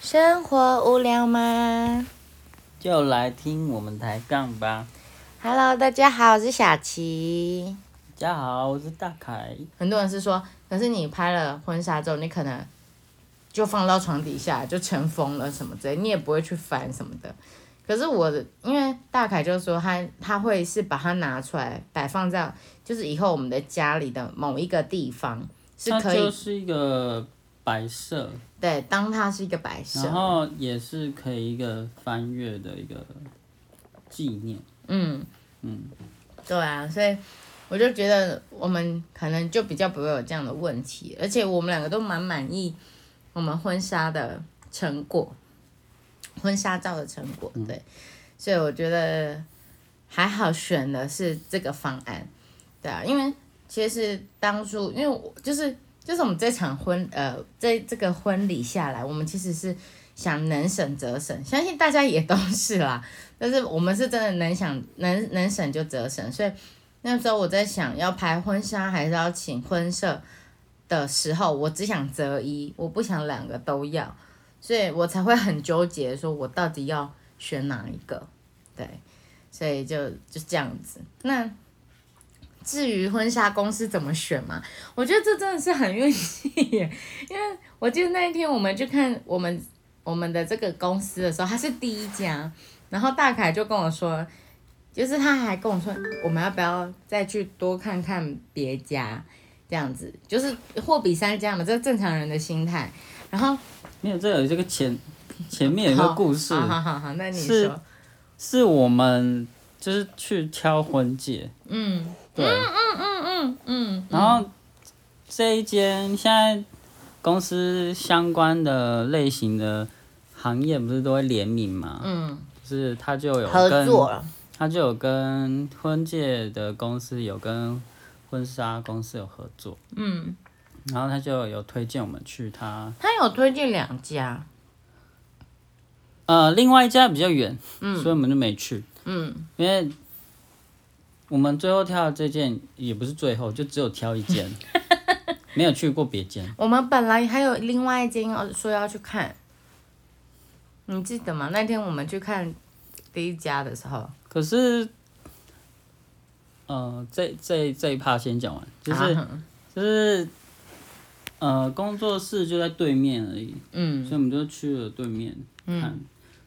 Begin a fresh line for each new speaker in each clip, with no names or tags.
生活无聊吗
就来听我们抬杠吧。
？Hello，大家好，我是小琪。
大家好，我是大凯。
很多人是说，可是你拍了婚纱之后，你可能就放到床底下就尘封了什么之类，你也不会去翻什么的。可是我的，因为大凯就说他他会是把它拿出来摆放在，就是以后我们的家里的某一个地方是
它
可
就
以
是一个摆设，
对，当它是一个啊摆
然
设，
后也是可以一个翻阅的一个纪念。
嗯，
嗯，
对啊，所以我就觉得我们可能就比较不会有这样的问题，而且我们两个都蛮满意我们婚纱的成果，婚纱照的成果，对，所以我觉得还好选的是这个方案，对啊，因为其实当初因为我就是就是我们这场婚呃这这个婚礼下来，我们其实是想能省则省，相信大家也都是啦。但是我们是真的能想能能省就折省，所以那时候我在想要拍婚纱还是要请婚摄的时候，我只想择一，我不想两个都要，所以我才会很纠结，说我到底要选哪一个？对，所以就就这样子。那至于婚纱公司怎么选嘛，我觉得这真的是很运气耶，因为我记得那一天我们去看我们我们的这个公司的时候，它是第一家。然后大凯就跟我说，就是他还跟我说，我们要不要再去多看看别家，这样子，就是货比三家嘛，这是正常人的心态。然后
没有，这有这个前前面有一个故事，
好好好好，那你
是
说，
是我们就是去挑婚戒。
嗯，
对，
嗯嗯，
然后这一间现在公司相关的类型的行业不是都会联名嘛？
嗯，
就是它就有
合
跟
作了，
他就有跟婚介的公司有跟婚纱公司有合作，
嗯，
然后他就有推荐我们去他
他有推荐两家，
呃另外一家比较远，所以我们就没去，
嗯，
因为我们最后挑的这件也不是最后，就只有挑一件，没有去过别间，
我们本来还有另外一间要说要去看，你记得吗？那天我们去看第一家的时候，
可是。呃，这这这一趴先讲完，就是、
啊哼
就是，呃，工作室就在对面而已，
嗯
所以我们就去了对面看。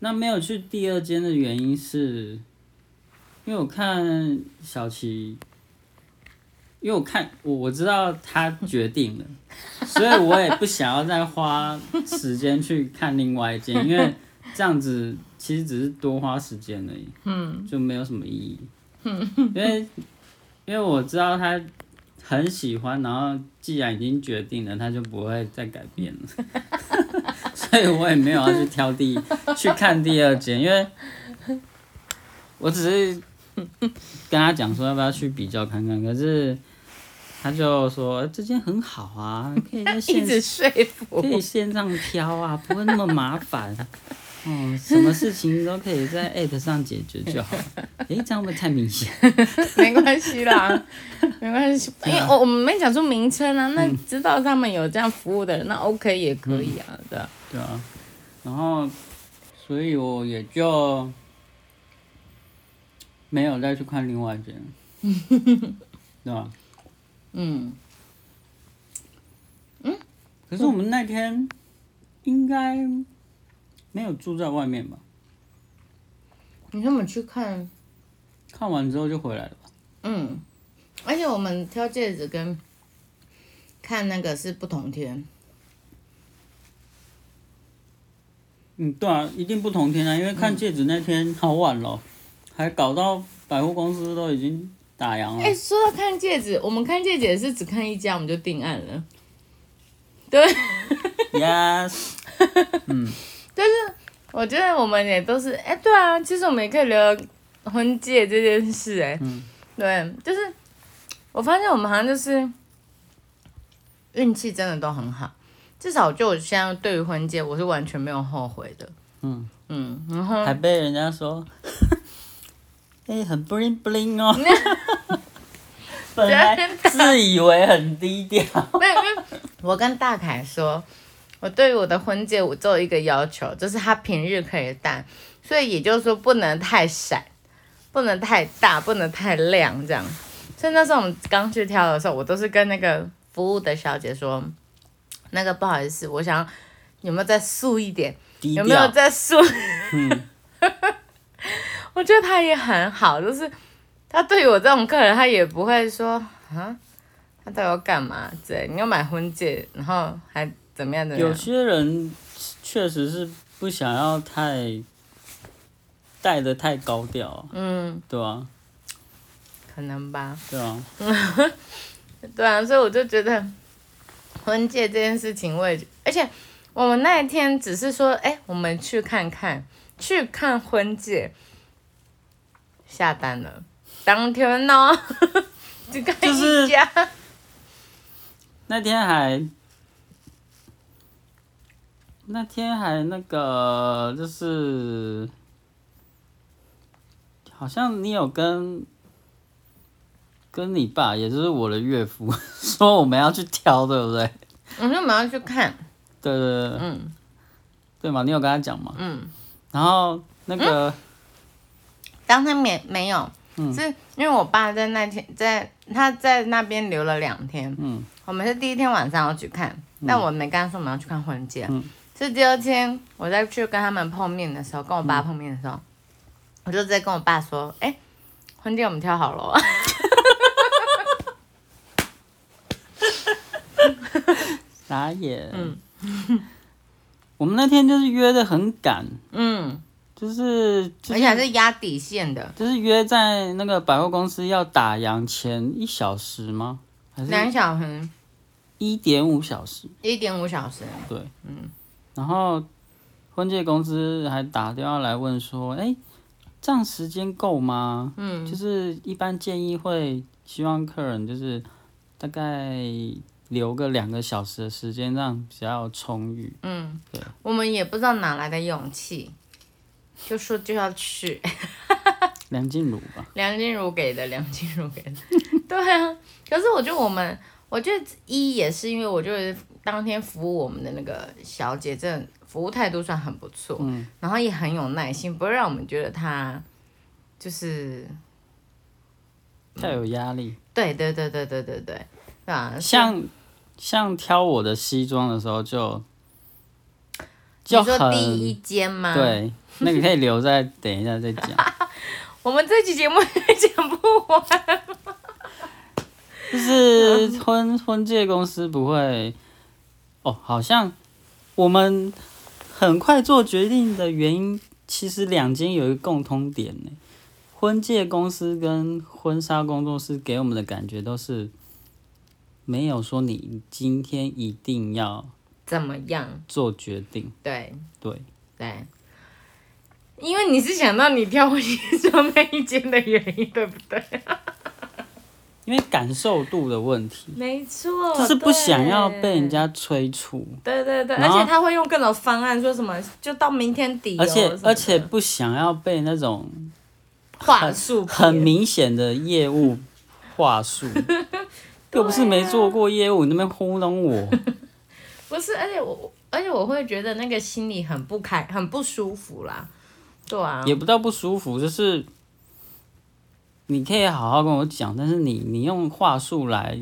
那没有去第二间的原因是，因为我看小琪，因为我看我我知道他决定了， 所以我也不想要再花时间去看另外一间，因为这样子其实只是多花时间而已，嗯，就没有什么意义，因为因为我知道他。很喜欢，然后既然已经决定了，他就不会再改变了。 所以我也没有要去挑第一去看第二间，因为我只是跟他讲说要不要去比较看看，可是他就说呃这间很好啊，可以在
一
线
直说服
可以线上挑啊，不会那么麻烦。嗯，什么事情都可以在 App 上解决就好。诶、这样会不会太明显？
没关系啦，没关系，因为我我们没讲出名称啊，那知道他们有这样服务的人，那 OK 也可以啊，对啊，
对啊，然后，所以我也就没有再去看另外一间，对吧？
嗯，
可是我们那天应该没有住在外面吧？
你那么去看，
看完之后就回来了吧？
嗯，而且我们挑戒指跟看那个是不同天，
嗯，对啊，一定不同天啊，因为看戒指那天好晚了，还搞到百货公司都已经打烊了。
哎、说到看戒指，我们看戒指也是只看一家我们就定案了，对。
yes，
我觉得我们也都是，哎、对啊，其实我们也可以聊婚戒这件事、哎，
嗯
对，就是我发现我们好像就是运气真的都很好，至少就我现在对于婚戒，我是完全没有后悔的，
嗯，
嗯，然后
还被人家说， 哎、很 bling bling 哦。 本来自以为很低调，
没有，因为我跟大凯说，我对于我的婚戒我只有一个要求，就是它平日可以戴，所以也就是说不能太闪，不能太大，不能太亮这样。所以那时候我们刚去挑的时候，我都是跟那个服务的小姐说，那个不好意思，我想要有没有再素一点，
低
有没有
调，
在素？
嗯
我觉得他也很好，就是他对于我这种客人，他也不会说啊，他到底要干嘛？对，你要买婚戒，然后还怎么样怎么
有
样？
些人确实是不想要太戴的太高调啊，
嗯，
对啊，
可能吧。
对啊，
对啊，所以我就觉得婚戒这件事情，我也觉，而且我们那一天只是说，哎、我们去看看，去看婚戒，下单了，当天呢、 就看
就是
一家，
那天还，那天还那个就是，好像你有跟跟你爸，也就是我的岳父，说我们要去挑，对不对？
我们就马上去看，
对对对，
嗯
对嘛，你有跟他讲嘛？
嗯，
然后那个、
当天没没有，是因为我爸在那天在他在那边留了两天，
嗯
我们是第一天晚上要去看，但我没跟他说我们要去看婚戒，
嗯
是第二天我再去跟他们碰面的时候，跟我爸碰面的时候，我就在跟我爸说，哎、婚戒我们挑好了哦，
傻眼。
嗯
我们那天就是约的很赶，
嗯，
就是就
而且还
是
是压底线的，
就是约在那个百货公司要打烊前一小时吗？还
两
是
小时，
一点五小时？
一点五小时，
对，嗯。然后婚介公司还打电话来问说，哎、这样时间够吗？
嗯
就是一般建议会希望客人就是大概留个两个小时的时间，让比较充裕。
嗯
对，
我们也不知道哪来的勇气，就说就要去。
梁静茹吧，
梁静茹给的，梁静茹给的。 对啊，可是我觉得我们，我觉得一也是因为我觉得当天服务我们的那个小姐，真的服务态度算很不错，
嗯
然后也很有耐心，不会让我们觉得她就是
太有压力。
对对对对对对对，对啊，
像像挑我的西装的时候就，
所以
就
你说
很
第一间吗？，
对，那个可以留在等一下再讲。
我们这期节目也讲不完。
就是婚婚介公司不会，哦，好像我们很快做决定的原因，其实两间有一个共通点呢。婚介公司跟婚纱工作室给我们的感觉都是，没有说你今天一定要
怎么样？
做决定，
对
对，
对。因为你是想到你挑婚装那一间的原因，对不对？
因为感受度的问题，
没错，
就是不想要
哦对
被人。家催促，
对对对，而
然后
且他会用各种方案，说什么就到明天底、哦
而且
什么的
而且不想要被那种
话术
很
别
明显的业务话 术，又不是没做过业务，你那边糊弄我，
不是，而且我而且我会觉得那个心里很不开，很不舒服啦。对啊，
也不到不舒服，就是你可以好好跟我讲，但是你你用话术来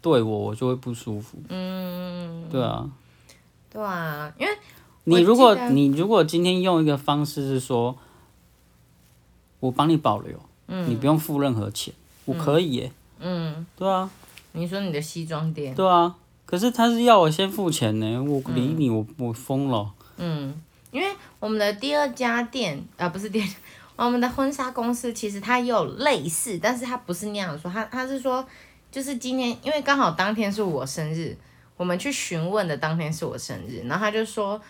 对我，我就会不舒服。嗯，对啊，
对啊，因为我
你如果
记得
你如果今天用一个方式是说，我帮你保留，你不用付任何钱，我可以耶、
嗯，
对啊，
你说你的西装店，
对啊。可是他是要我先付钱呢，我理你，我我疯了。
嗯，因为我们的第二家店啊、不是店，我们的婚纱公司其实它也有类似，但是它不是那样说，它它是说，就是今年，因为刚好当天是我生日，我们去询问的当天是我生日，然后他就说，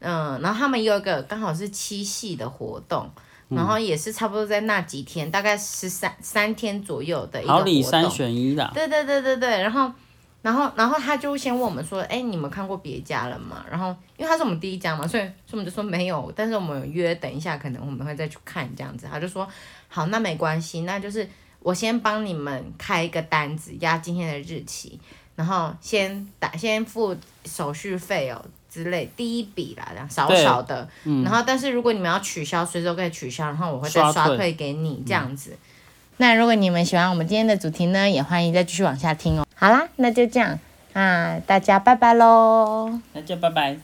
嗯，然后他们有一个刚好是七夕的活动。然后也是差不多在那几天，大概十三三天左右的一个活
好
动。
礼三选一啦，
对对对对对，然后然后然后他就先问我们说，哎，你们看过别家了吗？然后因为他是我们第一家嘛，所以所以我们就说没有，但是我们有约等一下可能我们会再去看这样子。他就说好，那没关系，那就是我先帮你们开一个单子，压今天的日期，然后先打先付手续费哦，之类，第一笔啦，这样少少的。
嗯
然后，但是如果你们要取消，随时都可以取消，然后我会再
刷
刷
退
退给你这样子。那如果你们喜欢我们今天的主题呢，也欢迎再继啊续往下听哦。好啦，那就这样，那大家拜拜喽。
那就拜拜。